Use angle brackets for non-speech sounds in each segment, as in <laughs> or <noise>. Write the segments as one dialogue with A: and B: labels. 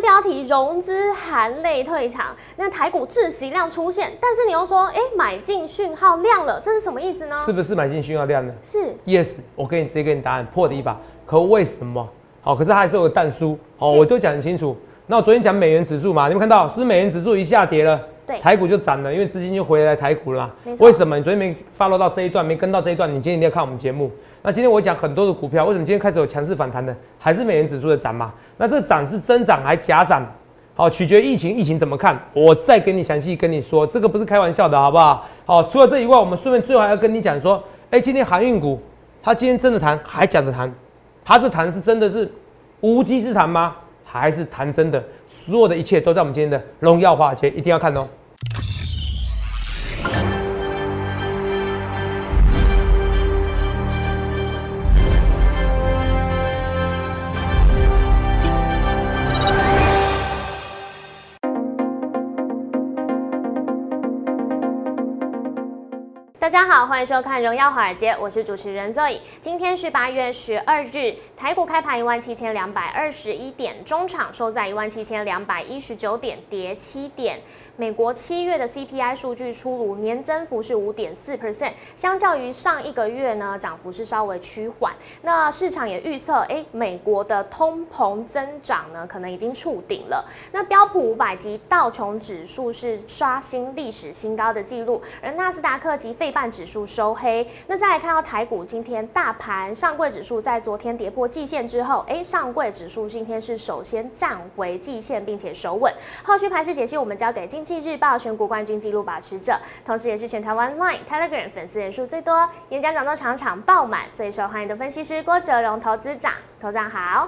A: 标题融资含泪退场，那台股窒息量出现，但是你又说，哎、买进讯号亮了，这是什么意思呢？
B: 是不是买进讯号量呢
A: 是
B: ？Yes，我给你直接给你答案，破底吧。可为什么？好，可是它还是有个淡书。好，
A: 是
B: 我都讲很清楚。那我昨天讲美元指数嘛，你们看到是不是美元指数一下跌了，
A: 对
B: 台股就涨了，因为资金就回来台股了啦
A: 没。错
B: 为什么？你昨天没 follow 到这一段，没跟到这一段，你今天一定要看我们节目。那今天我讲很多的股票，为什么今天开始有强势反弹呢？还是美元指数的涨嘛？那这涨是真涨还假涨？好，取决疫情，疫情怎么看？我再跟你详细跟你说，这个不是开玩笑的，好不好？好，除了这以外，我们顺便最后还要跟你讲说，哎、今天航运股，它今天真的谈还假的谈，它这谈是真的是无稽之谈吗？还是谈真的？所有的一切都在我们今天的荣耀华尔街，一定要看哦。
A: 大家好，欢迎收看《荣耀华尔街》，我是主持人 Zoe。今天是八月十二日，台股开盘一万七千两百二十一点，中场收在一万七千两百一十九点，跌七点。美国七月的 CPI 数据出炉，年增幅是五点四 percent，相较于上一个月呢，涨幅是稍微趋缓。那市场也预测，诶，美国的通膨增长呢，可能已经触顶了。那标普五百及道琼指数是刷新历史新高的记录，而纳斯达克及费半指数收黑。那再来看到台股今天大盘上柜指数在昨天跌破季线之后，诶，上柜指数今天是首先站回季线，并且守稳。后续盘势解析我们交给经济日报全国冠军纪录保持者，同时也是全台湾 Line、Telegram 粉丝人数最多、演讲讲座场场爆满、最受欢迎的分析师郭哲荣投资长。投资长好。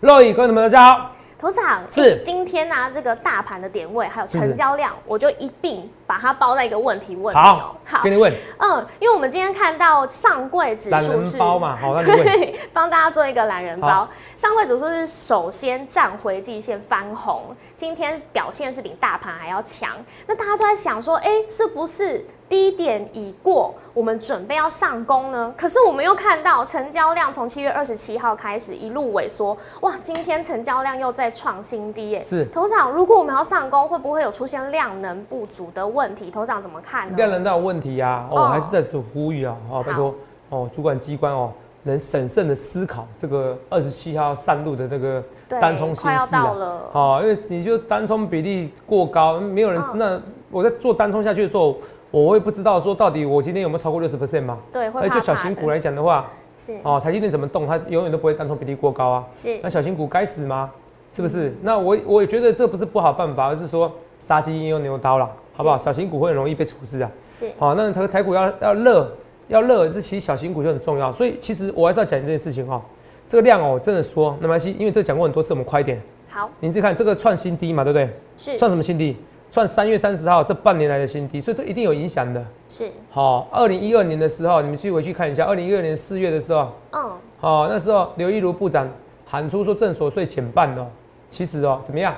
B: 肉眼观众们大家好，
A: 头场
B: 是
A: 今天呢、这个大盘的点位还有
B: 是
A: 成
B: 是
A: 交量，我就一并把它包在一个问题问你哦
B: 好。，
A: 好
B: 给，你问，
A: 嗯，因为我们今天看到上柜指
B: 懒
A: 数
B: 人
A: 是
B: 包嘛，好，那你问，
A: 对，帮大家做一个懒人包
B: 好。
A: 上柜指数是首先站回季线翻红，今天表现是比大盘还要强。那大家就在想说，哎、是不是低点已过，我们准备要上攻呢？可是我们又看到成交量从七月二十七号开始一路萎缩，哇，今天成交量又在创新低耶、
B: <laughs> 是
A: 头场，如果我们要上攻，会不会有出现量能不足的问题？头场怎么看呢？
B: 量能到有问题呀、哦，
A: 哦
B: 我还是在此呼吁啊，哦，拜托，哦，主管机关哦，能审慎的思考这个二十七号上路的那个
A: 对
B: 单冲心
A: 快要
B: 智
A: 到
B: 啊。
A: 了
B: 哦，因为你就单冲比例过高，没有人、
A: 嗯
B: 那我在做单冲下去的时候，我也不知道说到底我今天有没有超过六十 percent 嘛？
A: 对，会
B: 而
A: 怕
B: 就小
A: 怕
B: 型
A: 的
B: 股来讲的话，
A: 是
B: 哦，台积电怎么动，它永远都不会单冲比例过高啊。
A: 是
B: 那小型股该死吗？是不是？那我我也觉得这不是不好办法，而是说杀鸡焉用牛刀啦，好不好？
A: 是
B: 小型股会很容易被处置啊。
A: 是
B: 好，那台台股要要热，要热，这其实小型股就很重要。所以其实我还是要讲这件事情哈、这个量哦，真的说，那么因为这讲过很多次，我们快一点。
A: 好
B: 你自己看这个创新低嘛，对不对？
A: 是
B: 创什么新低？创三月三十号这半年来的新低，所以这一定有影响的。
A: 是
B: 好，二零一二年的时候，你们去回去看一下，二零一二年四月的时候，
A: 嗯
B: 哦，那时候刘一如部长喊出说正所税减半哦，其实哦怎么样？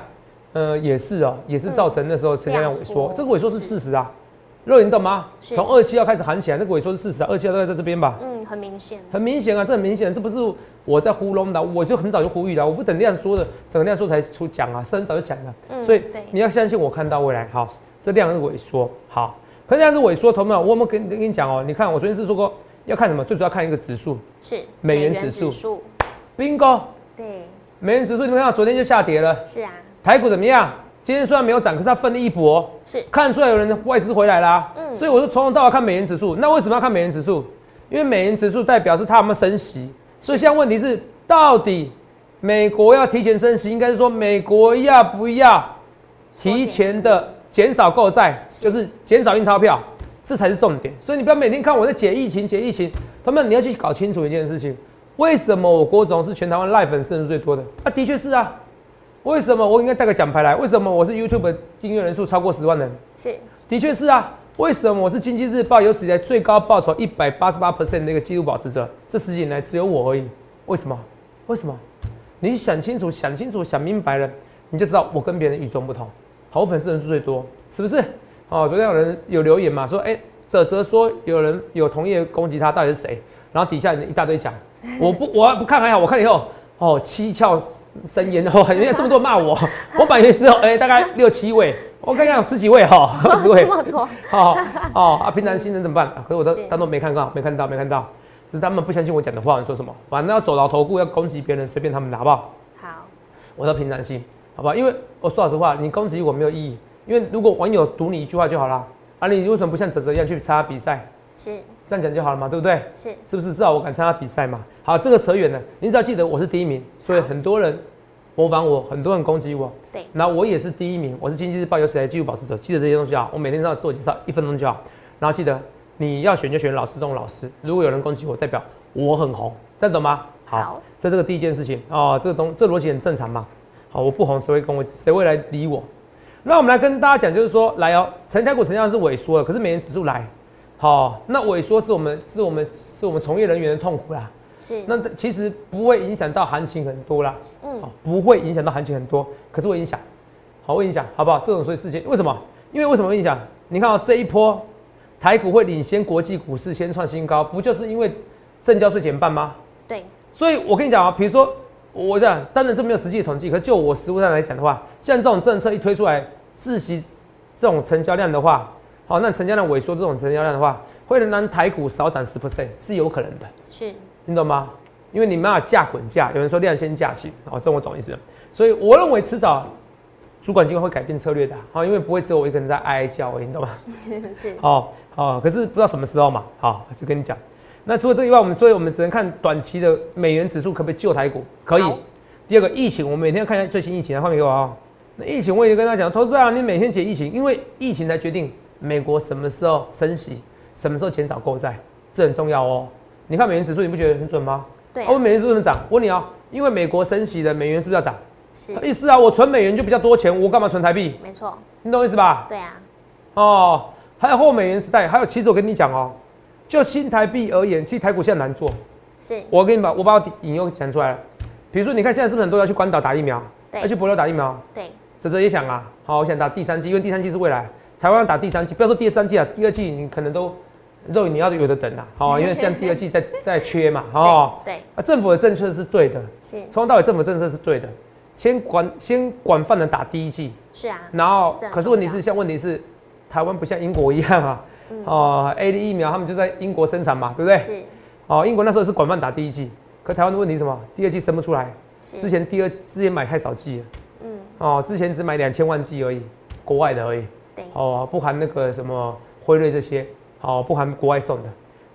B: 呃，也是哦，也是造成那时候成交量萎
A: 量嗯
B: 缩
A: 缩，
B: 这个萎缩是事实啊。肉眼你懂吗？
A: 是
B: 从二七号开始喊起来，那个萎缩是事实啊，二七号都在这边吧，
A: 嗯，很明显
B: 很明显啊，这很明显，这不是我在糊弄的，啊我就很早就呼吁了，我不等量缩的，整个量缩才出讲啊，是很早就讲了。
A: 嗯
B: 所以
A: 对
B: 你要相信我看到未来，好，这量是萎缩，好，可是量是萎缩，同没有？我有没有跟跟你讲哦？你看我昨天是说过要看什么，最主要看一个指数
A: 是
B: 美元指数，bingo，
A: 对，
B: 美元指数，你们看到昨天就下跌了，
A: 是啊，
B: 台股怎么样？今天虽然没有涨，可是它奋力一搏，
A: 是
B: 看出来有人外资回来啦。
A: 嗯
B: 所以我说从头到尾看美元指数。那为什么要看美元指数？因为美元指数代表是它有没有升息。所以现在问题是，到底美国要提前升息，应该是说美国要不要提前的减少购债，
A: 是
B: 就是减少印钞票，这才是重点。所以你不要每天看我在解疫情、解疫情，他们你要去搞清楚一件事情：为什么我郭总是全台湾赖粉丝人数最多的？啊，的确是啊。为什么我应该带个奖牌来？为什么我是 YouTube 订阅人数超过十万人？ <laughs>
A: 是
B: 的确是啊。为什么我是经济日报有史以来最高报酬一百八十八 percent 的一个纪录保持者？这十几年来只有我而已。为什么？为什么？你想清楚、想清楚、想明白了，你就知道我跟别人与众不同。好，我粉丝人数最多，是不是？哦，昨天有人有留言嘛，说，哎、泽泽说有人有同业攻击他，
A: <laughs>
B: 到底是谁？然后底下人一大堆讲，我不，我不看还好，我看以后，哦，七窍深渊哦，人家这么多人骂我，我本来以为只有哎、大概六七位，我看看有十几位哈，
A: 哇
B: 十几位
A: <laughs> 这，么多，
B: 哦哦啊，平常新人怎么办？啊可是我都
A: 是
B: 当做没看到，没看到，没看到，只是他们不相信我讲的话，你说什么？反正要走牢头顾，要攻击别人，随便他们拿好不好？
A: 好，
B: 我的平常心，好不好？因为我说老实话，你攻击我没有意义，因为如果网友读你一句话就好啦。啊，你为什么不像泽泽一样去参加比赛？
A: 是
B: 这样讲就好了嘛，对不对？
A: 是，
B: 是不是？至少我敢参加比赛嘛。好，这个扯远了，你只要记得我是第一名，所以很多人模仿我，很多人攻击我。
A: 对，
B: 那我也是第一名，我是经济日报有史以来纪录保持者，记得这些东西啊，我每天都要自我介绍一分钟就好。然后记得你要选就选老师这种老师，如果有人攻击我，代表我很红，这样懂吗？
A: 好，
B: 这这个第一件事情哦，这个东这逻辑很正常嘛。好，我不红谁会跟我谁会来理我？那我们来跟大家讲，就是说来哦，成交股成交量是萎缩的，可是美元指数来，好、那萎缩是我们是我们是我们从业人员的痛苦啦。
A: 是，
B: 那其实不会影响到行情很多啦。
A: 嗯
B: 哦，不会影响到行情很多，可是会影响，好会影响，好不好？这种所以事情为什么？因为为什么会影响？你看啊、这一波台股会领先国际股市先创新高，不就是因为证交税减半吗？
A: 对，
B: 所以我跟你讲啊，比如说我这样，当然这没有实际统计，可就我实物上来讲的话，像这种政策一推出来，窒息这种成交量的话，好，那成交量萎缩这种成交量的话，会让台股少涨十 percent 是有可能的。
A: 是，
B: 你懂吗？因为你们要价滚价，有人说量先价行，哦，这我懂意思。所以我认为迟早主管机关会改变策略的，好、因为不会只有我一个人在哀哀叫而已，你懂吗？
A: 是，
B: 哦哦，可是不知道什么时候嘛，好、就跟你讲。那除了这个以外，我们所以我们只能看短期的美元指数可不可以救台股？可以
A: 好。
B: 第二个疫情，我们每天要看一下最新疫情，画面给我啊、那疫情我也跟他讲，投资啊，你每天解疫情，因为疫情来决定美国什么时候升息，什么时候减少购债，这很重要哦。你看美元指数，你不觉得很准吗？
A: 对
B: 啊
A: 啊
B: 我、们美元指数怎么涨？我问你哦，因为美国升息了，美元是不是要涨？
A: 是，
B: 意思啊，我存美元就比较多钱，我干嘛存台币？
A: 没错，
B: 你懂我意思吧？
A: 对啊，
B: 哦，还有后美元时代，还有其实我跟你讲哦，就新台币而言，其实台股现在难做。
A: 是，
B: 我跟你把我把我引用讲出来了，比如说你看现在是不是很多要去关岛打疫苗，
A: 对
B: 要去博流打疫苗，
A: 对，
B: 泽泽也想啊，好，我想打第三季，因为第三季是未来，台湾要打第三季，不要说第三季啊，第二季你可能都肉你要有的等啊，好、因为现在第二季在 <laughs> 在缺嘛，哦，
A: 对，
B: 啊，政府的政策是对的，
A: 是，
B: 从头到尾政府政策是对的，先管先广泛的打第一季，
A: 是啊，
B: 然后
A: 这，很
B: 可是问题
A: 重
B: 是，
A: 要嗯
B: 像问题是，台湾不像英国一样啊，哦，A D 疫苗他们就在英国生产嘛，对不对？
A: 是，
B: 哦，英国那时候是广泛打第一剂，可台湾的问题是什么？第二剂生不出来，之
A: 是，
B: 前第二之前买太少剂了，
A: 嗯，
B: 哦，之前只买两千万剂而已，国外的而已，
A: 对，
B: 哦，不含那个什么辉瑞这些，哦，不含国外送的，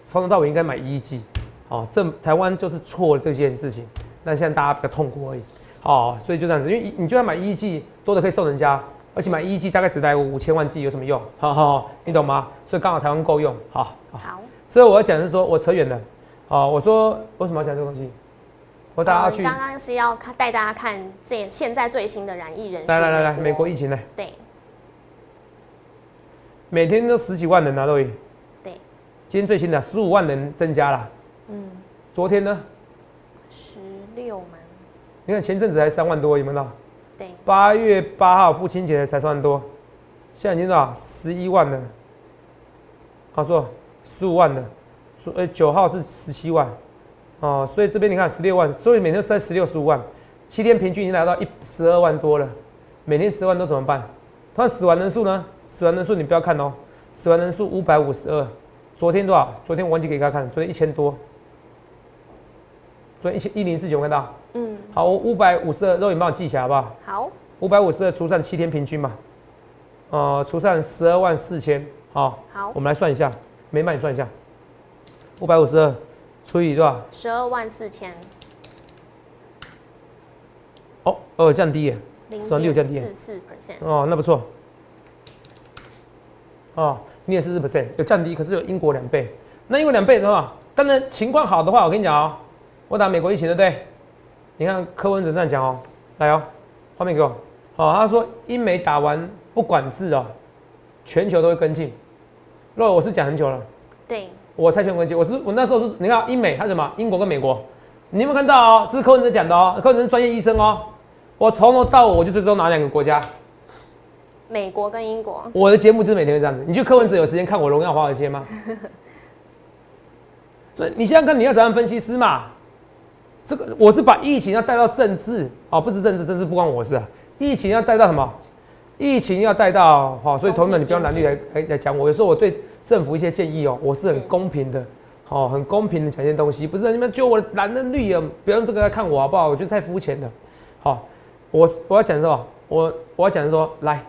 B: 从头到尾应该买一亿剂，哦，这台湾就是错了这件事情，那现在大家比较痛苦而已，哦，所以就这样子，因为一你就算买一亿剂多的可以送人家，而且买一亿剂大概只带五千万剂有什么用？好好好，你懂吗？所以刚好台湾够用，好，好
A: 好，
B: 所以我要讲的是说我扯远了，哦，我说为什么要讲这个东西？我大家要
A: 呃
B: 去，
A: 刚刚是要看带大家看这现在最新的染疫人数，
B: 来来来来，美国疫情呢，
A: 对
B: 每天都十几万人啊，都已，
A: 对，
B: 今天最新的十五万人增加了，
A: 嗯，
B: 昨天呢？
A: 十六嘛，
B: 你看前阵子还三万多，有没有看到？
A: 对，
B: 八月八号父亲节才三万多，现在已经多少？十一万了。他说十五万了，说呃九号是十七万，哦，所以这边你看十六万，所以每天三十六十五万，七天平均已经来到一十二万多了，每天十万多怎么办？他死亡人数呢？死亡人数你不要看哦，死亡人数五百五十二，昨天多少？昨天我忘记给大家看，昨天一千多，昨天一千一零四九看到，
A: 嗯，
B: 好，五百五十二，肉眼帮我记起来好不好？
A: 好，
B: 五百五十二除上七天平均嘛，呃，除上十二万四千，好，
A: 好
B: 我，们来算一下，没慢你算一下，五百五十二除以多少？
A: 十二万四千
B: 哦，哦，降低耶，
A: 零
B: 12
A: 点
B: 降低
A: 四四 percent，
B: 哦，那不错，哦，你也四十 percent 有降低，可是有英国两倍，那英国两倍的话，当然情况好的话，我跟你讲哦，我打美国疫情对不对？你看柯文哲这样讲哦，来哦，画面给我，哦，他说英美打完不管制哦，全球都会跟进，那我是讲很久了。
A: 对，
B: 我猜全国经济，我是我那时候是你看英美，它什么英国跟美国，你有没有看到哦？这是柯文哲讲的哦，柯文哲是专业医生哦。我从头到尾我就追踪哪两个国家，
A: 美国跟英国，
B: 我的节目就是每天会这样子。你去柯文哲有时间看我荣耀华尔街吗？所以你现在看你要怎样分析师嘛？这个我是把疫情要带到政治哦，不是政治，政治不关我事啊。疫情要带到什么？疫情要带到好、哦，所以
A: 总
B: 同
A: 体
B: 志们
A: 经
B: 你不要难
A: 济
B: 力来来来讲我。有时候我对政府一些建议哦，我是很
A: 是
B: 公平的，哦，很公平的讲一些东西，不是你们就我的蓝跟绿啊，不要用这个来看我好不好？我觉得太肤浅了。好、我我要讲什么？我我要讲说，来，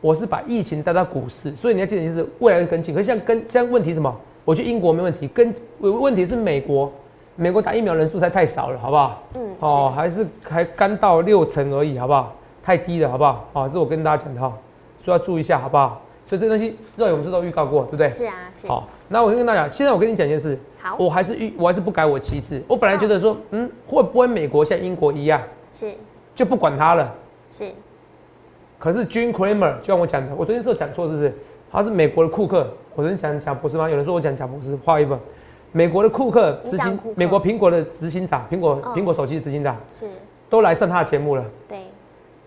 B: 我是把疫情带到股市，所以你要记得就是未来的跟进。可是像跟像问题是什么？我去英国没问题，跟问题是美国，美国打疫苗人数才太少了，好不好？
A: 嗯，
B: 哦，
A: 是
B: 还是还刚到六成而已，好不好？太低了，好不好？哦，这是我跟大家讲的哈，所以要注意一下，好不好？所以这东西，肉眼我们都有预告过，对不对？
A: 是啊，是。
B: 好，那我就跟大家讲，现在我跟你讲一件事，
A: 好
B: 我还是预，我还是不改我旗帜。我本来觉得说，嗯，会不会美国像英国一样，
A: 是
B: 就不管它了？
A: 是，
B: 可是 Jim Cramer 就像我讲的，我昨天是有讲错，是不是？他是美国的库克，我昨天讲贾博士吗？有人说我讲贾博士，不好意思，美国的库克
A: 你
B: 执
A: 讲
B: 行
A: 库克，
B: 美国苹果的执行长，苹果
A: 嗯
B: 苹果手机的执行长
A: 是，
B: 都来上他的节目了。
A: 对，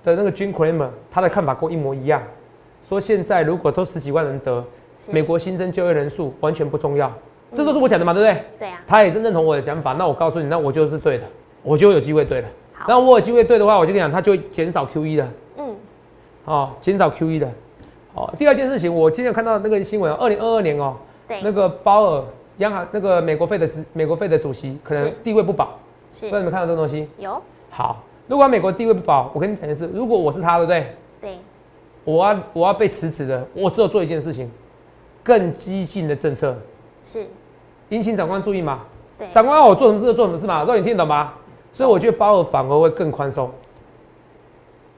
B: 的那个 Jim Cramer，他的看法跟我一模一样，说现在如果都十几万人得，
A: 是嗯
B: 美国新增就业人数完全不重要，这都是我讲的嘛，对不对？
A: 对啊，
B: 他也真认同我的讲法，那我告诉你，那我就是对的，我就有机会对了。
A: 好
B: 那我有机会对的话，我就跟你讲，他就会减少 QE 的，
A: 嗯，
B: 哦，减少 QE 的。哦，第二件事情，我今天有看到那个新闻，二零二二年哦，
A: 对，
B: 那个鲍尔央行那个美国费的主美国费的主席可能
A: 是
B: 地位不保，不知
A: 是
B: 道你们看到这个东西。
A: 有，
B: 好，如果美国地位不保，我跟你讲的是，如果我是他，对不对？
A: 对，
B: 我要我要被辞职的，我只有做一件事情，更激进的政策。
A: 是，
B: 引请长官注意嘛，
A: 对，
B: 长官要我做什么事就做什么事嘛，让你听得懂吗？所以我觉得鲍尔反而会更宽松，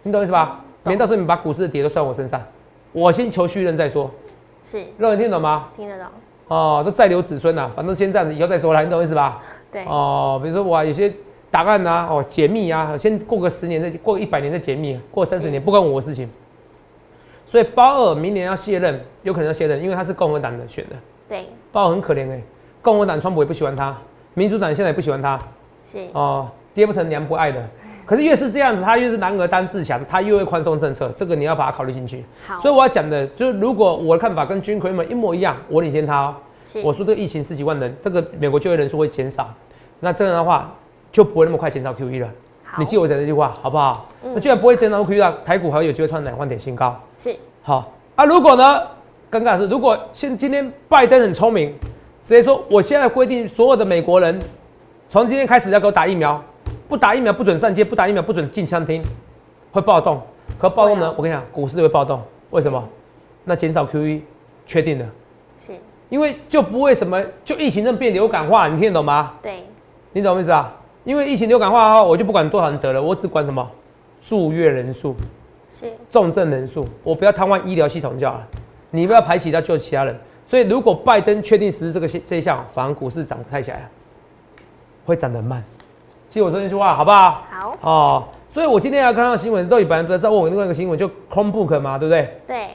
B: 你懂意思吧？
A: 懂
B: 免到时候你们把股市的跌都算我身上，我先求续任再说，
A: 是
B: 让你听得懂吗？
A: 听得懂，
B: 哦，都再留子孙呐、反正先这样子，以后再说啦，你懂意思吧？
A: 对，
B: 哦，比如说我有些答案啊，哦，解密啊，先过个十年再过一百年再解密，啊过三十
A: 是
B: 年不关我的事情。所以鲍尔明年要卸任，有可能要卸任，因为他是共和党的选的。
A: 对，
B: 鲍尔很可怜哎、共和党川普也不喜欢他，民主党现在也不喜欢他，
A: 是
B: 哦，爹不疼娘不爱的。可是越是这样子，他越是男儿当自强，他越会宽松政策，这个你要把它考虑进去。
A: 好
B: 所，以我要讲的就是，如果我的看法跟君奎们一模一样，我领先他哦、
A: 是
B: 我说这个疫情十几万人，这个美国就业人数会减少，那这样的话就不会那么快减少 QE 了。
A: 好
B: 你，记我讲这句话好不好？
A: 嗯
B: 那既然不会减少 QE 了，台股还有机会创两万点新高。
A: 是
B: 好啊，如果呢，尴尬的是，如果现今天拜登很聪明，直接说我现在规定所有的美国人从今天开始要给我打疫苗，不打疫苗不准上街，不打疫苗不准进餐厅，会暴动。可暴动
A: 会
B: 呢
A: 啊，
B: 我跟你讲，股市会暴动，为什么？那减少 QE 确定了。
A: 是，
B: 因为就不会什么，就疫情真的变流感化，你听得懂吗？
A: 对，
B: 你懂我意思啊？因为疫情流感化的话，我就不管多少人得了，我只管什么住院人数、
A: 是
B: 重症人数，我不要瘫痪医疗系统就好了。你不要排挤到救其他人。所以如果拜登确定实施这个这一项，反而股市涨不太起来了，会涨得很慢。记我说那句话好不好？
A: 好，
B: 哦，所以我今天要看到新闻，都有本来不是在问我另外一个新闻，就 Chromebook 嘛，对不对？
A: 对。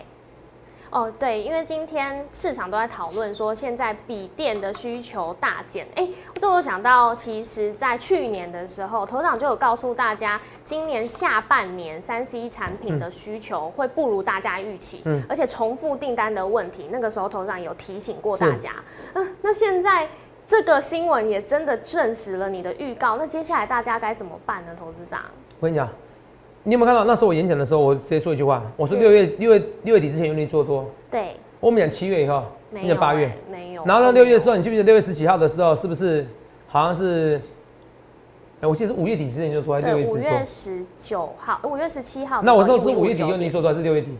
A: 哦，对，因为今天市场都在讨论说，现在笔电的需求大减。哎，这我想到，其实在去年的时候，头长就有告诉大家，今年下半年三 C 产品的需求会不如大家预期，
B: 嗯
A: 而且重复订单的问题，那个时候头长有提醒过大家。嗯、那现在这个新闻也真的证实了你的预告，那接下来大家该怎么办呢，投资长？
B: 我跟你讲，你有没有看到那时候我演讲的时候，我直接说一句话，我是
A: 是
B: 六月六月六月底之前用力做多，
A: 对，
B: 我们讲七月以后，
A: 没
B: 你
A: 有
B: 讲八
A: 哎
B: 月，
A: 没有，
B: 然后呢
A: 都没
B: 六月的时
A: 有
B: 候，你记不记得六月十几号的时候，是不是好像是？哎、我记得是五月底之前就做，还是六
A: 对，
B: 月底
A: 五
B: 之
A: 月
B: 前
A: 十九号，呃五月十七号
B: 做？
A: 的时候。
B: 那我说是
A: 1559
B: 五月底用力做多还是六月底？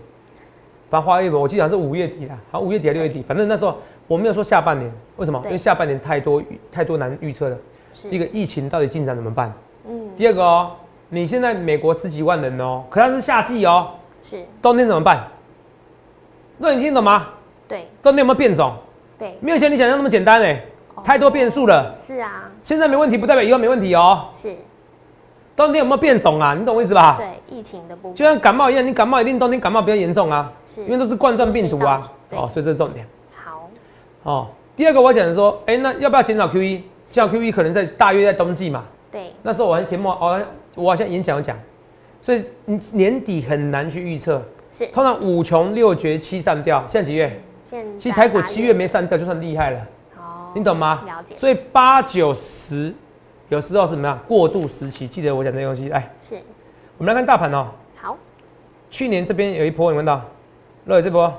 B: 反正花月吧，我记得好像是五月底啦，好像五月底还是六月底，反正那时候我没有说下半年，为什么？
A: 对
B: 因为下半年太多预太多难预测了。
A: 是
B: 第一个疫情到底进展怎么办？
A: 嗯，
B: 第二个哦，你现在美国十几万人哦，可它是夏季哦，
A: 是
B: 冬天怎么办？那你听懂吗？
A: 对
B: 冬天有没有变种？
A: 对，
B: 没有像你想象那么简单哎、
A: 哦
B: 太多变数了。
A: 是啊，
B: 现在没问题，不代表以后没问题哦。
A: 是
B: 冬天有没有变种啊？你懂我意思吧？
A: 对疫情的部
B: 就
A: 分
B: 像感冒一样，你感冒一定冬天感冒比较严重啊，
A: 是
B: 因为都是冠状病毒啊
A: 都是到。对
B: 哦，所以这是重点
A: 好
B: 哦。第二个我要讲的说，哎、那要不要减少 QE？减少 QE 可能在大约在冬季嘛。
A: 对
B: 那时候我还节目哦，我好像演讲有讲，所以你年底很难去预测。
A: 是
B: 通常五穷六绝七上吊，现在几月？
A: 现在
B: 其实台股
A: 八
B: 七月没上掉就算厉害了，
A: 哦
B: 你懂吗？
A: 了解
B: 所以八九十有时候是什么样过渡时期，记得我讲这个东西。哎，
A: 是
B: 我们来看大盘哦，
A: 好，
B: 去年这边有一波，你们看到，乐伟这波，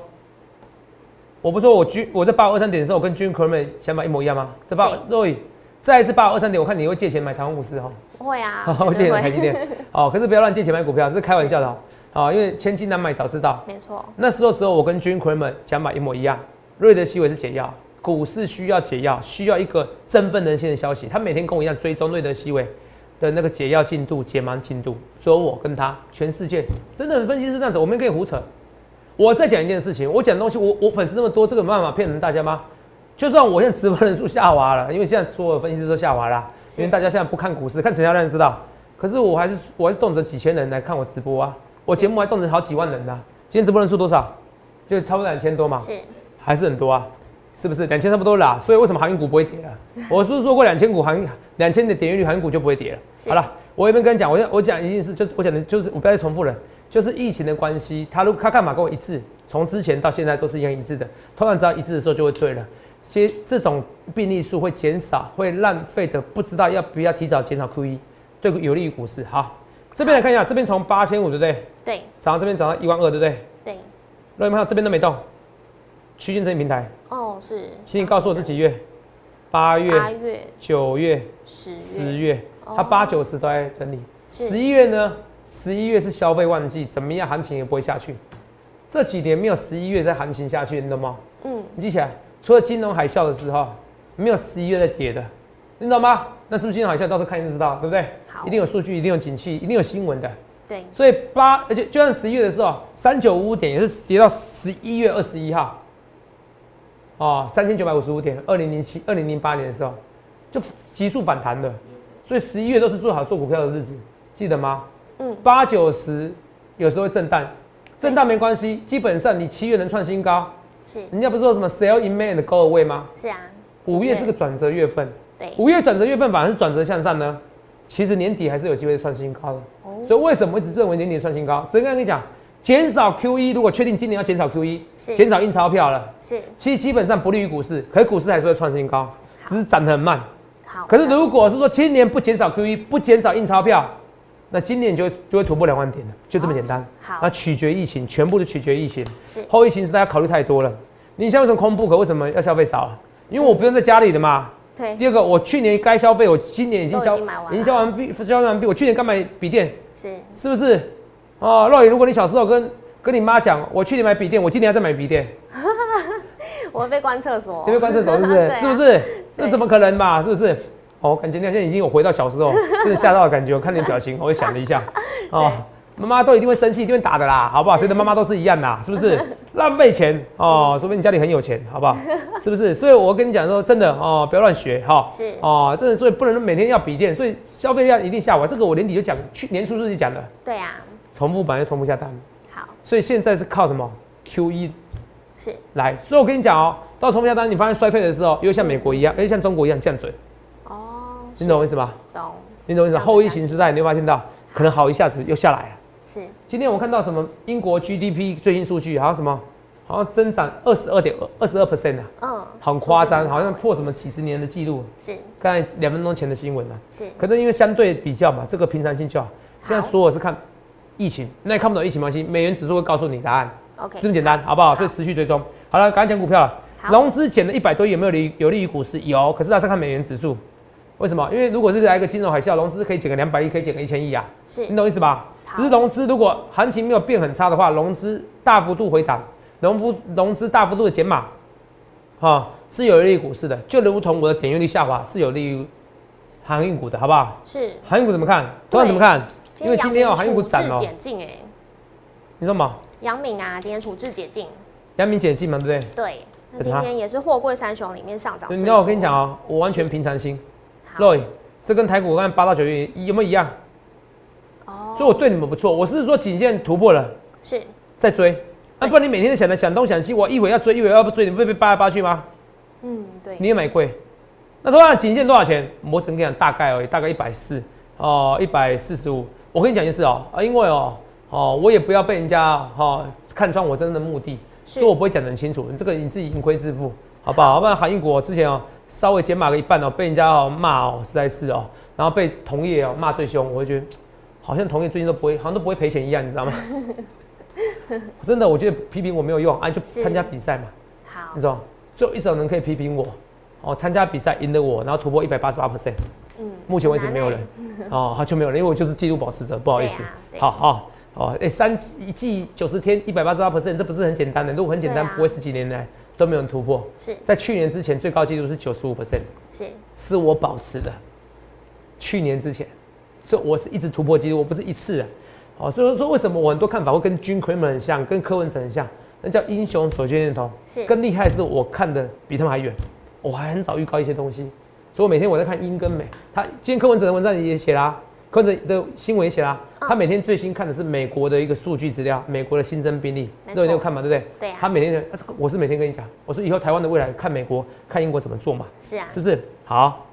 B: 我不是说我均我在八五二三点的时候，我跟君克们想法一模一样吗？这八
A: 对
B: 乐伟再一次八五二三点，我看你会借钱买台湾股市哦，
A: 会啊，
B: 我借
A: 绝对
B: 钱买台积
A: 会，
B: 电哦，可是不要乱借钱买股票，这是开玩笑的哦，哦因为千金难买早知道，
A: 没错，
B: 那时候只有我跟君克们想法一模一样，瑞德西韦是解药。股市需要解药，需要一个振奋人心的消息。他每天跟我一样追踪瑞德西韦的那个解药进度、解盲进度，只有我跟他，全世界真的很分析是这样子，我没跟你胡扯。我再讲一件事情，我讲东西，我我粉丝那么多，这个有办法骗人大家吗？就算我现在直播人数下滑了，因为现在所有分析师都下滑啦，
A: 是
B: 因为大家现在不看股市，看成交量就知道。可是我还是我还是动辄几千人来看我直播啊，我
A: 是
B: 节目还动辄好几万人呢、今天直播人数多少？就超过两千多嘛。
A: 是
B: 还是很多啊，是不是？两千差不多啦，所以为什么航运股不会跌啊？我是不是说过两千股航两千的点阅率航运股就不会跌了？
A: 是
B: 好了，我一边跟你讲，我我讲一件事，就是我讲的就是我不要再重复了，就是疫情的关系，他如他干嘛跟我一致？从之前到现在都是一样一致的，通常只要一致的时候就会对了。其实这种病例数会减少，会浪费的，不知道要不要提早减少 QE，对有利于股市。好，这边来看一下，这边从八千五对不对？
A: 对
B: 涨到这边涨到一万二对不对？
A: 对，
B: 各位朋友这边都没动，区间整理平台。
A: 哦是，
B: 请你告诉我是几月？八
A: 八
B: 月、
A: 月、
B: 九月、
A: 十
B: 十
A: 月，
B: 月，
A: 哦
B: 它八九十都在整理。
A: 是
B: 十一月呢？十一月是消费旺季，怎么样行情也不会下去。这几年没有十一月在行情下去，你懂吗？
A: 嗯，
B: 你记起来，除了金融海啸的时候，没有十一月在跌的，你懂吗？那是不是金融海啸？到时候看就知道，对不对？
A: 好
B: 一定有数据，一定有景气，一定有新闻的。
A: 对，
B: 所以八，而且就算十一月的时候，三九五五点也是跌到十一月二十一号，哦，三千九百五十五点，二零零七、二零零八年的时候，就急速反弹的。所以十一月都是做好做股票的日子，记得吗？
A: 嗯，
B: 八九十有时候会震荡，震荡没关系，基本上你七月能创新高，
A: 是
B: 人家不是说什么 sell in May and go away 吗？
A: 是啊，
B: 五月是个转折月份，
A: 对，
B: 五月转折月份反而是转折向上呢，其实年底还是有机会创新高的。
A: 哦
B: 所以为什么我一直认为年底创新高？只能跟你讲，减少 E，QE，如果确定今年要减少 QE，
A: 是
B: 减少印钞票了，
A: 是
B: 其实基本上不利于股市，可是股市还是会创新高，只是涨得很慢。
A: 好，
B: 可是
A: 了解
B: 如果是说今年不减少 QE，不减少印钞票，那今年就就会突破两万点了，就这么简单。
A: 哦好
B: 那取决疫情，全部都取决疫情。
A: 是
B: 后疫情是大家考虑太多了。你像为什么空 b o 为什么要消费少啊？因为我不用在家里的嘛。第
A: 对
B: 二个，我去年该消费，我今年已经
A: 都已
B: 消
A: 经买完了
B: 已经消完毕，消完毕。我去年该买笔电，
A: 是
B: 是不是？哦，若雨，如果你小时候跟跟你妈讲，我去年买笔电，我今年还在买笔电，
A: 我会被关厕所
B: 你，被关厕所是不
A: <laughs>
B: 是？
A: 对啊
B: 是不是？
A: 对
B: 那怎么可能嘛？是不是？哦，感觉你好像已经有回到小时
A: <laughs>
B: 候，真的吓到的感觉。我看你的表情，我也想了一下，哦，妈妈都一定会生气，一定会打的啦，好
A: <laughs>
B: 不好？谁的妈妈都是一样啦，是不是？浪费钱哦，说明你家里很有钱，
A: <laughs>
B: 好不好？是不是？所以我跟你讲说，真的哦，不要乱学哈。
A: 是
B: 哦，真的，所以不能每天要笔电，所以消费量一定下滑。这个我年底就讲，去年初就己讲的，
A: 对啊，
B: 重复版就重复下单。
A: 好
B: 所以现在是靠什么 Q E
A: 是
B: 来？所以我跟你讲哦，到冲下单，你发现衰退的时候，又像美国一样，又像中国一样降准，
A: 哦，
B: 你
A: 是
B: 懂我意思吗？
A: 懂
B: 你懂我意思吗？
A: 了解
B: 后疫情时代，你会发现到可能好一下子又下来了。
A: 是
B: 今天我看到什么英国 GDP 最新数据，好像什么，好像增长二十二点二十二 percent 啊，
A: 嗯，
B: 很夸张，
A: 数字
B: 好像
A: 欸
B: 破什么几十年的记录。
A: 是
B: 刚才两分钟前的新闻啊，
A: 是
B: 可能因为相对比较嘛，这个平常性就好。现在
A: 好
B: 所有是看疫情，那你看不懂疫情没关系，美元指数会告诉你答案。
A: OK，
B: 这么简单，好不好？
A: 好
B: 所以持续追踪。好了，赶快讲股票了。
A: 好
B: 融资减了一百多亿，有没有利于有利于股市？有，可是还是看美元指数。为什么？因为如果是来一个金融海啸，融资可以减个两百亿，可以减个一千亿啊，
A: 是
B: 你懂意思吧？
A: 好
B: 只是融资如果行情没有变很差的话，融资大幅度回档，融资融资大幅度的减码，哈、是有利于股市的。就如同我的点阅率下滑是有利于航运股的，好不好？
A: 是，
B: 航运股怎么看？昨晚怎么看？因为今天哦，
A: 阳
B: 航运
A: 明
B: 股
A: 处
B: 涨
A: 置
B: 哦，
A: 解禁哎，
B: 你说嘛？
A: 杨敏啊，今天处置解禁，
B: 阳明减进嘛，对不对？
A: 对，那
B: 怎
A: 今
B: 么
A: 天也是货柜三雄里面上涨最
B: 对
A: 多。
B: 你知道我跟你讲哦、我完全
A: 是
B: 平常心。
A: 好，
B: Roy，这跟台股我刚才八到九月一有没有一样？
A: 哦，
B: 所以我对你们不错，我是说颈线突破了
A: 是
B: 再追，啊，
A: 对
B: 不然你每天想的想东想西，我一会要追，一会要不追，你不会被扒来扒去吗？
A: 嗯，对，
B: 你也买贵，那多少颈线多少钱？我只能跟你讲大概而已，大概一百四哦，一百四十五。我跟你讲一件事哦、啊，因为哦、哦，我也不要被人家哦看穿我真正的目的，
A: 是
B: 所以我不会讲得很清楚，你这个你自己盈亏自负，好不好？要不然航运股我之前哦、稍微减码个一半哦、被人家哦骂哦，实在是哦、然后被同业哦骂最凶，我会觉得好像同业最近都不会，好像都不会赔钱一样，你
A: <laughs>
B: 知道吗？真的，我觉得批评我没有用，啊，你就是参加比赛嘛，
A: 好
B: 你，知道吗，就一种人可以批评我，哦，参加比赛赢得我，然后突破一百八十八 percent，
A: 嗯，
B: 目前为止没有人
A: 很，
B: 哦，好就没有人，因为我就是纪录保持者，不好意思
A: 对啊，对
B: 好好哦，哎，三一季九十天一百八十八 percent，这不是很简单的，如果很简单
A: 对啊，
B: 不会十几年来都没有人突破，
A: 是
B: 在去年之前最高纪录是九十五 percent。
A: 是
B: 是我保持的，去年之前，所以我是一直突破记录，我不是一次啊。哦，所以说为什么我很多看法会跟 Jim Cramer 很像，跟柯文哲很像，那叫英雄所见略同。
A: 是
B: 更厉害的是我看的比他们还远，我还很早预告一些东西，所以我每天我在看英跟美。他今天柯文哲的文章也写啦，柯文哲的新闻也写啦，
A: 嗯
B: 他每天最新看的是美国的一个数据资料，美国的新增病例，
A: 没
B: 那你有
A: 错
B: 看嘛，对不对？
A: 对啊
B: 他每天，啊这个我是每天跟你讲，我说以后台湾的未来看美国、看英国怎么做嘛。
A: 是啊，
B: 是不是？好，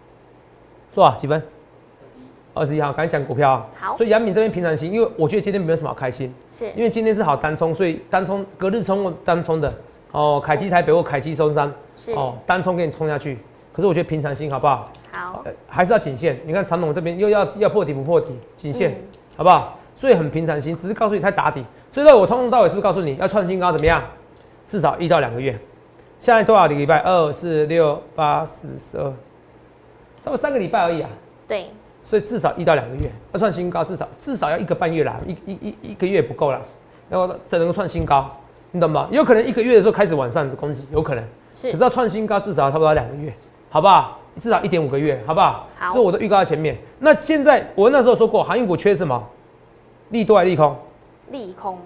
B: 做啊，几分？二十一号，赶紧讲股票、啊。
A: 好
B: 所以杨敏这边平常心，因为我觉得今天没有什么好开心，
A: 是
B: 因为今天是好单冲，所以单冲隔日冲单冲的哦，凯基台北或凯基松山
A: 是
B: 哦，单冲给你冲下去。可是我觉得平常心好不好？
A: 好
B: 呃，还是要颈线。你看长龙这边又要要破底不破底，颈线、
A: 嗯
B: 好不好？所以很平常心，只是告诉你它打底。所以呢，我通通到尾是不是告诉你要创新高怎么样？至少一到两个月。现在多少个礼拜？二、四、六、八、四、十二，差不多三个礼拜而已啊。
A: 对
B: 所以至少一到两个月要创新高，至少至少要一个半月啦，一一一一个月也不够啦，然后才能够创新高，你懂吗？有可能一个月的时候开始往上攻击，有可能。
A: 是
B: 可是要创新高，至少差不多要两个月，好不好？至少一点五个月，好不好？
A: 好
B: 所以我都预告在前面。那现在我那时候说过，航运股缺什么？利多还是利空？
A: 利空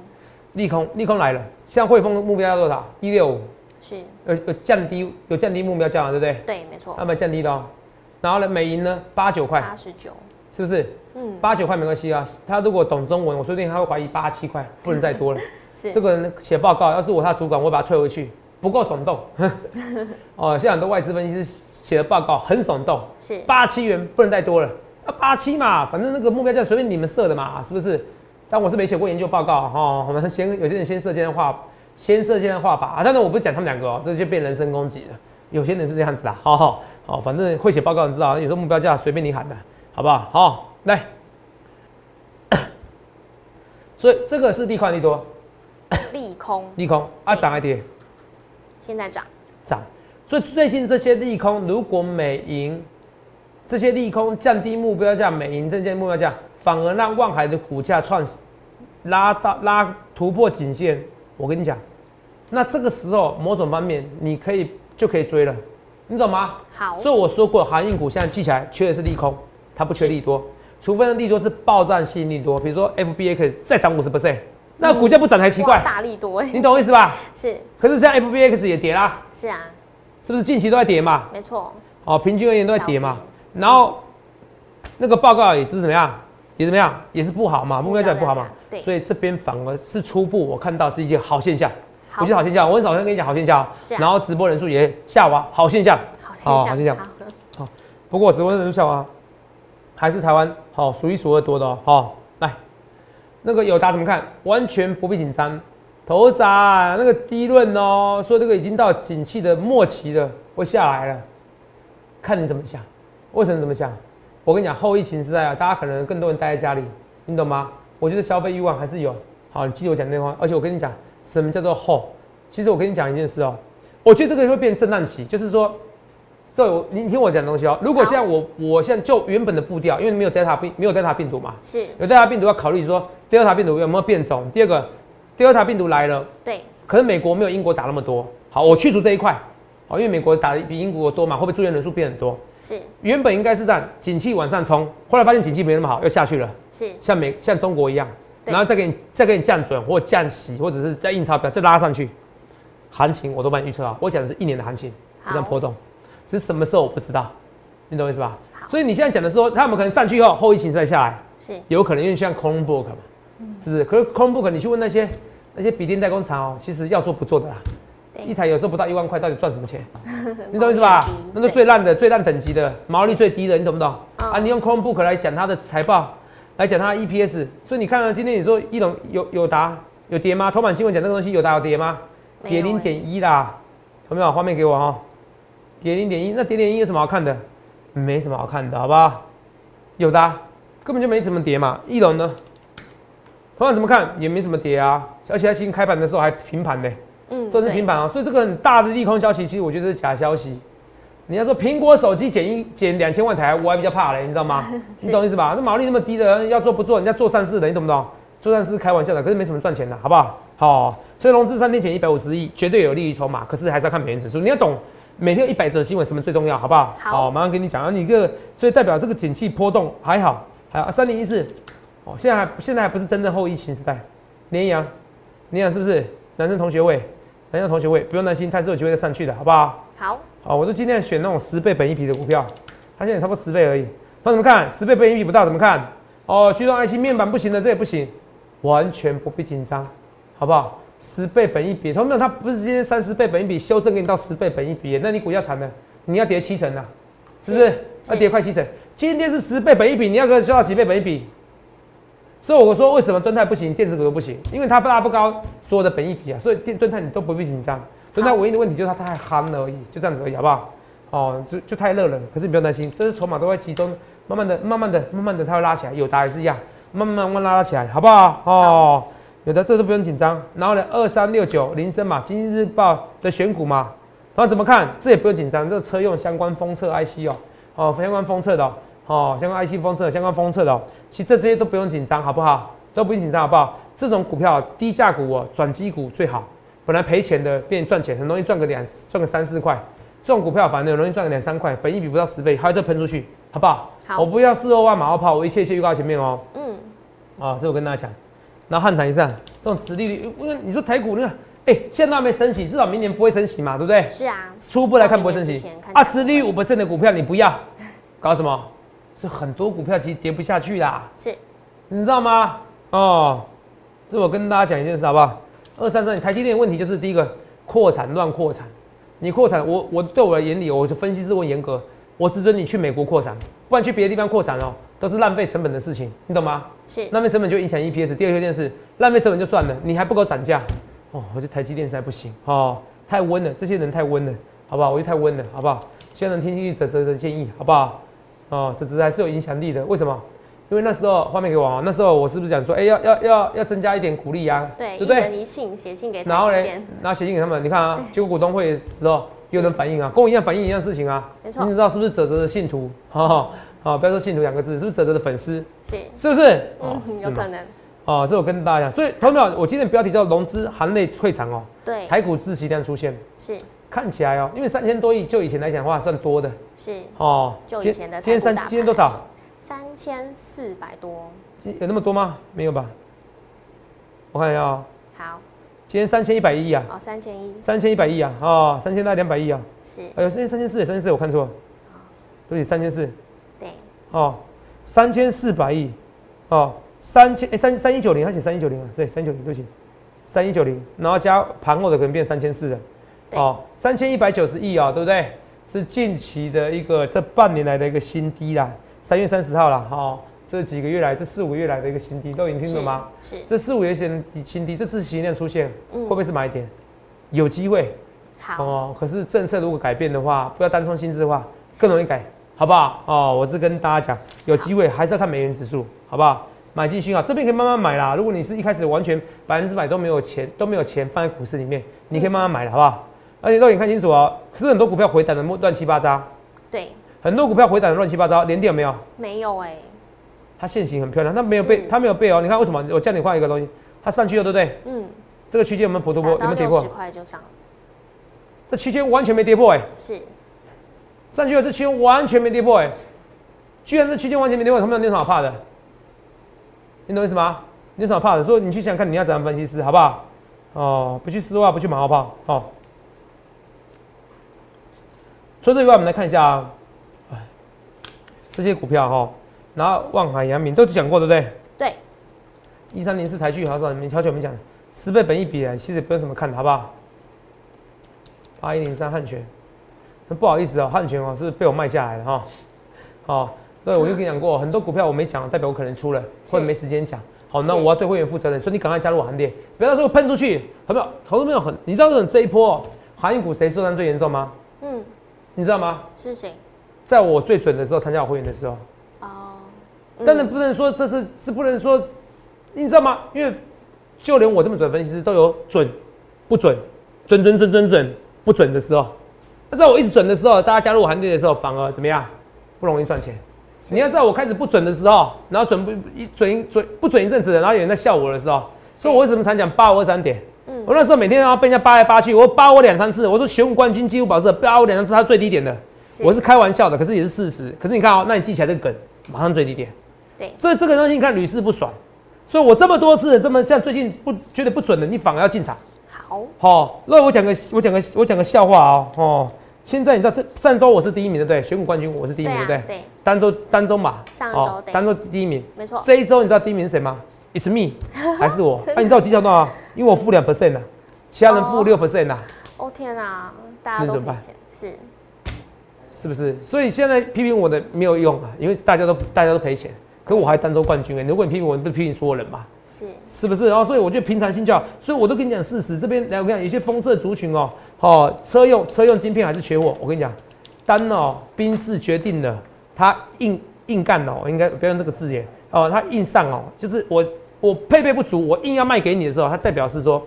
B: 利空，利空来了。像汇丰的目标要多少？一六五，
A: 是
B: 有有降低，有降低目标价嘛，对不对？
A: 对，没错
B: 那，么降低的哦。然后呢，美银呢，八九块，
A: 八十九，
B: 是不是？
A: 嗯，
B: 八九块没关系啊。他如果懂中文，我说不定他会怀疑八七块，不能再多了。
A: 是
B: 这个人写报告，要是我他主管，我会把他退回去，不够耸动。 <laughs> 哦，现在很多外资分析师写的报告很耸动，
A: 是
B: 八七元不能再多了，啊八七嘛，反正那个目标价随便你们设的嘛，是不是？但我是没写过研究报告哈、哦，我们先有些人先设计的话，先设计的话吧。啊，当然我不是讲他们两个哦，这就变人身攻击了。有些人是这样子的，好好好，反正会写报告你知道，有时候目标价随便你喊的，好不好？好，来， <coughs> 所以这个是利快利多
A: 利空，
B: 利空啊，涨还跌？
A: 现在涨
B: 涨。所以最近这些利空，如果美银这些利空降低目标价，美银证券目标价，反而让望海的股价创拉到拉突破颈线。我跟你讲，那这个时候某种方面你可以就可以追了，你懂吗？
A: 好
B: 所以我说过，航运股现在记起来缺的是利空，它不缺利多，除非那利多是爆炸性利多，比如说 FBA 可以再涨五十 percent，那股价不涨才奇怪
A: 哇，大力多哎，
B: 你懂我意思吧？
A: 是
B: 可是现在 FBX 也跌啦，
A: 是啊，
B: 是不是近期都在跌嘛？
A: 没错，
B: 哦，平均而言都在跌嘛。然后那个报告也是怎么样，也怎么样，也是不好嘛，目标价也不好嘛
A: 目标价。对
B: 所以这边反而是初步我看到是一件好现象，
A: 好
B: 我觉得好现象，我很少跟你讲好现象哦、
A: 是啊
B: 然后直播人数也下滑，好现象。
A: 好现
B: 哦
A: 象，
B: 好现象
A: 好
B: 不过直播人数下滑，还是台湾好、数一数二多的哦。哦来，那个友达怎么看？完全不必紧张。头砸、啊、那个低论哦，说这个已经到景气的末期了，会下来了，看你怎么想。为什么这么想？我跟你讲，后疫情时代啊，大家可能更多人待在家里，你懂吗？我觉得消费欲望还是有。好，你记得我讲那句话，而且我跟你讲，什么叫做后？其实我跟你讲一件事哦、我觉得这个会变震荡期，就是说，这我你听我讲东西哦、如果
A: 好
B: 现在我我现在就原本的步调，因为没有 Delta 病没有 Delta 病毒嘛，
A: 是，
B: 有 Delta 病毒要考虑说 Delta 病毒有没有变种。第二个，Delta 病毒来了，
A: 对，
B: 可能美国没有英国打那么多。好，我去除这一块，好，因为美国打的比英国多嘛，会不会住院人数变很多？
A: 是
B: 原本应该是这样，景气往上冲，后来发现景气没那么好，又下去了，
A: 是
B: 像美像中国一样，
A: 对
B: 然后再给你再给你降准或降息，或者是再印钞票再拉上去，行情我都帮你预测好，我讲的是一年的行情，
A: 好
B: 这样波动，只是什么时候我不知道，你懂我意思吧
A: 好？
B: 所以你现在讲的是说，他们可能上去以后后疫情再下来，
A: 是嗯
B: 有可能因为像 Chromebook 嘛，是不是？可是 Chromebook 你去问那些那些笔电代工厂哦，其实要做不做的啦，
A: 对
B: 一台有时候不到一万块，到底赚什么钱？你懂意思吧
A: 毛哦利低？
B: 那个最烂的、最烂等级的，毛利最低的，你懂不懂？
A: 嗯
B: 啊，你用 Chromebook 来讲它的财报，来讲它的 EPS，所以你看到、今天你说一龙有有达有跌吗？头版新闻讲这个东西有达有跌吗？
A: 没
B: 跌
A: 有
B: 零
A: 欸
B: 点一啦，有没有？画面给我哈、哦，跌零点一，那跌点一有什么好看的？没什么好看的，好不好？有的、啊，根本就没怎么跌嘛。一龙呢，同样怎么看也没什么跌啊，而且它今天开盘的时候还平盘呢、
A: 嗯，
B: 算是平盘啊。所以这个很大的利空消息，其实我觉得是假消息。你要说苹果手机减一减两千万台，我还比较怕嘞，你知道吗？
A: 是
B: 你懂意思吧？那毛利那么低的，要做不做？人家做善事的，你懂不懂？做善事开玩笑的，可是没什么赚钱的，好不好？好、所以融资三天减一百五十亿，绝对有利于筹码，可是还是要看美元指数。你要懂每天一百则新闻什么最重要，好不好？
A: 好
B: 马上跟你讲啊，你一个所以代表这个景气波动还好，还好三零一四，哦，现在还现在还不是真正后疫情时代，联阳，联阳是不是男生同学会？男生同学会不用担心，它是有机会再上去的，好不好？
A: 好，
B: 好，我都尽量选那种十倍本一比的股票，它现在也差不多十倍而已。那怎么看？十倍本一比不到怎么看？哦，驱动 IC 面板不行的，这也不行，完全不必紧张，好不好？十倍本一比，同志们，它不是今天三十倍本一比修正给你到十倍本一比，那你股价惨了，你要跌七成啊，是不是？
A: 是
B: 要跌快七成。今天是十倍本一比，你要给我修到几倍本一比？所以我说为什么敦泰不行，电子股都不行，因为它不拉不高所有的本益比啊，所以电敦泰你都不必紧张。敦泰唯一的问题就是它太憨了而已，就这样子而已，好不好？哦，就就太热了，可是你不用担心，这是筹码都在集中，慢慢的、慢慢的、慢慢的它会拉起来，有达也是一样，慢慢慢慢拉起来，好不好？哦，有的这都不用紧张。然后呢，二三六九铃声嘛，今日报的选股嘛，然后怎么看？这也不用紧张，这个车用相关封测 IC 哦，哦，相关封测的哦，哦相关 IC 封测，相关封测的哦，其实这些都不用紧张，好不好？都不用紧张，好不好？这种股票低价股哦，转机股最好，本来赔钱的变赚钱，很容易赚个两赚个三四块。这种股票反正很容易赚个两三块，本益比不到十倍，还要再喷出去，好不好？
A: 好
B: 我不要事后万马后炮，我一切一切预告前面哦。
A: 嗯，
B: 啊，这我跟大家讲。然后汉唐一上，这种殖利率，因为你说台股那个，哎、现在还没升息，至少明年不会升息嘛，对不对？
A: 是啊，
B: 初步来看不会升
A: 到明
B: 息
A: 年之前看起来
B: 啊，殖利率五的股票你不要，搞什么？是很多股票其实跌不下去啦，
A: 是
B: 你知道吗？哦，这我跟大家讲一件事好不好？二三三，台积电的问题就是第一个扩产乱扩产，你扩产，我我对我的眼里，我就分析师我很严格，我只准你去美国扩产，不然去别的地方扩产哦，都是浪费成本的事情，你懂吗？
A: 是，
B: 浪费成本就影响 EPS。第二件事，浪费成本就算了，你还不给我涨价，哦，我觉得台积电实在不行哦，太温了，这些人太温了，好不好？我就太温了，好不好？希望能听进去泽泽的建议，好不好？哦，这只还是有影响力的，为什么？因为那时候画面给我啊，那时候我是不是讲说，哎、要要要要增加一点鼓励啊，
A: 对，
B: 不
A: 一
B: 对？
A: 人一信写信给
B: 然后
A: 台积
B: 嘞
A: 电，，
B: 然后写信给他们，你看啊，结果股东会的时候也有人反映啊，跟我一样反映一样事情啊，
A: 没错
B: 你知道是不是泽泽的信徒？哈、哈，好、不要说信徒两个字，是不是泽泽的粉丝？
A: 是，
B: 是不是？哦
A: 嗯，有
B: 是吗
A: 可能，
B: 哦，这我跟大家讲，所以投票我今天的标题叫融资含泪退场哦，
A: 对，
B: 台股自息量出现，
A: 是
B: 看起来哦，因为三千多亿就以前来讲的话算多的
A: 是，
B: 哦，
A: 就
B: 今
A: 以前的
B: 今天
A: 台股
B: 三
A: 大盘
B: 今天多
A: 来
B: 少
A: 说？三千四百多，
B: 今有那么多吗？没有吧？我看一下哦，
A: 好，
B: 今天三千一百亿啊，
A: 哦，三千一，
B: 三千一百亿啊，哦，三千大概两百亿啊，
A: 是
B: 哎呦，三千三千四，三千四我看错了，对不起，三千四
A: 对，
B: 哦，三千四百亿哦，三千哎三三一九零，他写三一九零啊，对，三一九零，对不起，三一九零，然后加盘后的可能变三千四了。
A: 对，
B: 哦，三千一百九十亿啊，对不对？是近期的一个这半年来的一个新低啦，三月三十号啦，哦，这几个月来，这四五个月来的一个新低，都已经听
A: 是
B: 懂吗？？
A: 是，
B: 这四五个月前的新低，这次新量出现，
A: 嗯
B: 会不会是买点？有机会
A: 好，
B: 哦，可是政策如果改变的话，不要单冲心智的话，更容易改，好不好？哦，我是跟大家讲，有机会还是要看美元指数，好不好？买进去啊，这边可以慢慢买啦。如果你是一开始完全百分之百都没有钱，都没有钱放在股市里面，你可以慢慢
A: 嗯
B: 买了，好不好？而且肉眼看清楚哦，可是很多股票回档的乱七八糟，
A: 对，
B: 很多股票回档的乱七八糟，连跌有没有？
A: 没有哎，
B: 它现形很漂亮，它没有被
A: 是
B: 它没有被哦。你看为什么？我叫你画一个东西，它上去了，对不对？
A: 嗯，
B: 这个区间有没有破突破？有没
A: 达到
B: 有跌
A: 六
B: 破
A: 十？块就上了，
B: 这区间完全没跌破哎、
A: 是，
B: 上去了，这区间完全没跌破哎、居然这区间完全没跌破，他们有什么好怕的？你懂我意思吗？你有什么好怕的？所以你去想看你要怎样分析师，好不好？哦，不去丝袜，不去马后炮，哦。除了这以外，我们来看一下、啊，哎这些股票哈、哦，然后望海、阳明都讲过，对不对？
A: 对，
B: 一三零四台剧好少没好久没讲了，十倍本一比啊，其实不用什么看的，好不好？八一零三汉泉，那不好意思哦，汉泉哦是被我卖下来了哈、哦。对，我就跟你讲过，很多股票我没讲，代表我可能出了，
A: 是
B: 或者没时间讲。好，
A: 是
B: 那我要对会员负责任，所以你赶快加入我行列，不要说喷出去，好不好？投资朋友很，你知道这种这一波、哦、航运股谁受伤最严重吗？
A: 嗯，
B: 你知道吗？
A: 是谁？
B: 在我最准的时候参加我会员的时候，
A: 哦，
B: 但是不能说这是是不能说，你知道吗？因为就连我这么准分析师都有准不准，准准准准准不准的时候。那在我一直准的时候，大家加入我行列的时候，反而怎么样？不容易赚钱。你要在我开始不准的时候，然后准不一准一准不准一阵子的，然后有人在笑我的时候，所以我为什么常讲八五二三点？
A: 嗯
B: 我那时候每天要被人家扒来扒去，我扒我两三次，我说选股冠军几乎保持了扒我两三次，它最低点的，我是开玩笑的，可是也是事实。可是你看哦，那你记起来这个梗，马上最低点。
A: 对
B: 所以这个东西你看屡试不爽，所以我这么多次的这么像最近不觉得不准的，你反而要进场。
A: 好，
B: 好、那我讲个我讲个我讲个笑话哦，哦，现在你知道这上周我是第一名对不对？选股冠军我是第一名对不
A: 对
B: 对
A: 啊？对，
B: 单周单周嘛，
A: 上一周对
B: 单周第一名，
A: 没错，
B: 这一周你知道第一名是谁吗？It's me，还是
A: <laughs>
B: 我？哎、你知道我绩效多少？因为我负两 percent 啊，其他人负
A: 哦
B: 六 percent 啊，
A: 哦天啊，大家
B: 那
A: 都
B: 怎么
A: 赔
B: 办
A: 钱，是
B: 是不是？所以现在批评我的没有用啊，因为大家都大家都赔钱，可我还单周冠军哎、如果你批评我，你不是批评所有人吗？
A: 是，
B: 是不是？然后所以我觉得平常心就好。所以我都跟你讲事实，这边来我跟你讲，有些封测族群哦，哦，车用车用晶片还是缺货。我跟你讲，单哦，宾士决定了，他硬硬干哦，我应该不要用这个字眼哦，他硬上哦，就是我我配备不足，我硬要卖给你的时候，他代表是说，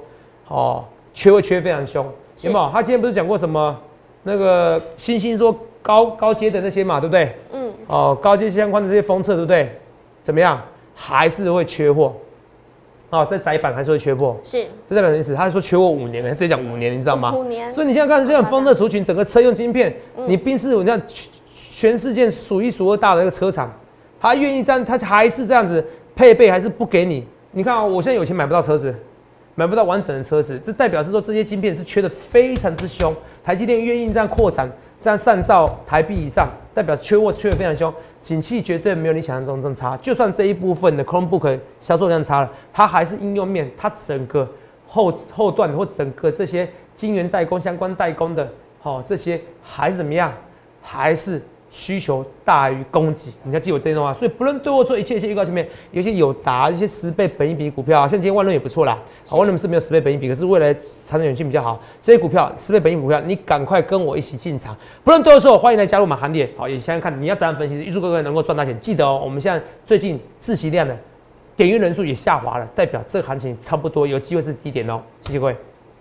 B: 哦，缺会缺非常凶，
A: 是
B: 有没有？他今天不是讲过什么那个星星说高高阶的那些嘛，对不对？
A: 嗯，
B: 哦，高阶相关的这些封测，对不对？怎么样？还是会缺货，哦，在窄板还是会缺货，
A: 是，
B: 这代表什么意思？他说缺货五年了，他直接讲五年，你知道吗？
A: 五年
B: 所以你现在看这样封测族群，整个车用晶片，
A: 嗯
B: 你宾士，我这样全全世界数一数二大的一个车厂，他愿意这样，他还是这样子配备，还是不给你。你看啊、我现在有钱买不到车子，买不到完整的车子，这代表是说这些晶片是缺的非常之凶。台积电愿意这样扩产，这样上兆台币以上，代表缺货缺的非常凶，景气绝对没有你想象中这么差。就算这一部分的 Chromebook 销售量差了，它还是应用面，它整个后后段或整个这些晶圆代工相关代工的，好、这些还是怎么样，还是需求大于供给。你要记我这段话，所以不论对或错，一切一切预告前面，有一些友达一些十倍本一比股票啊，像今天万润也不错啦。好，万润是没有十倍本一比，可是未来长远性比较好。这些股票十倍本一比股票，你赶快跟我一起进场。不论对或错，欢迎来加入我们行列。好，也想想看，你要怎样分析，预祝各位能够赚大钱。记得哦，我们现在最近自习量的点阅人数也下滑了，代表这个行情差不多有机会是低点哦。谢谢各位。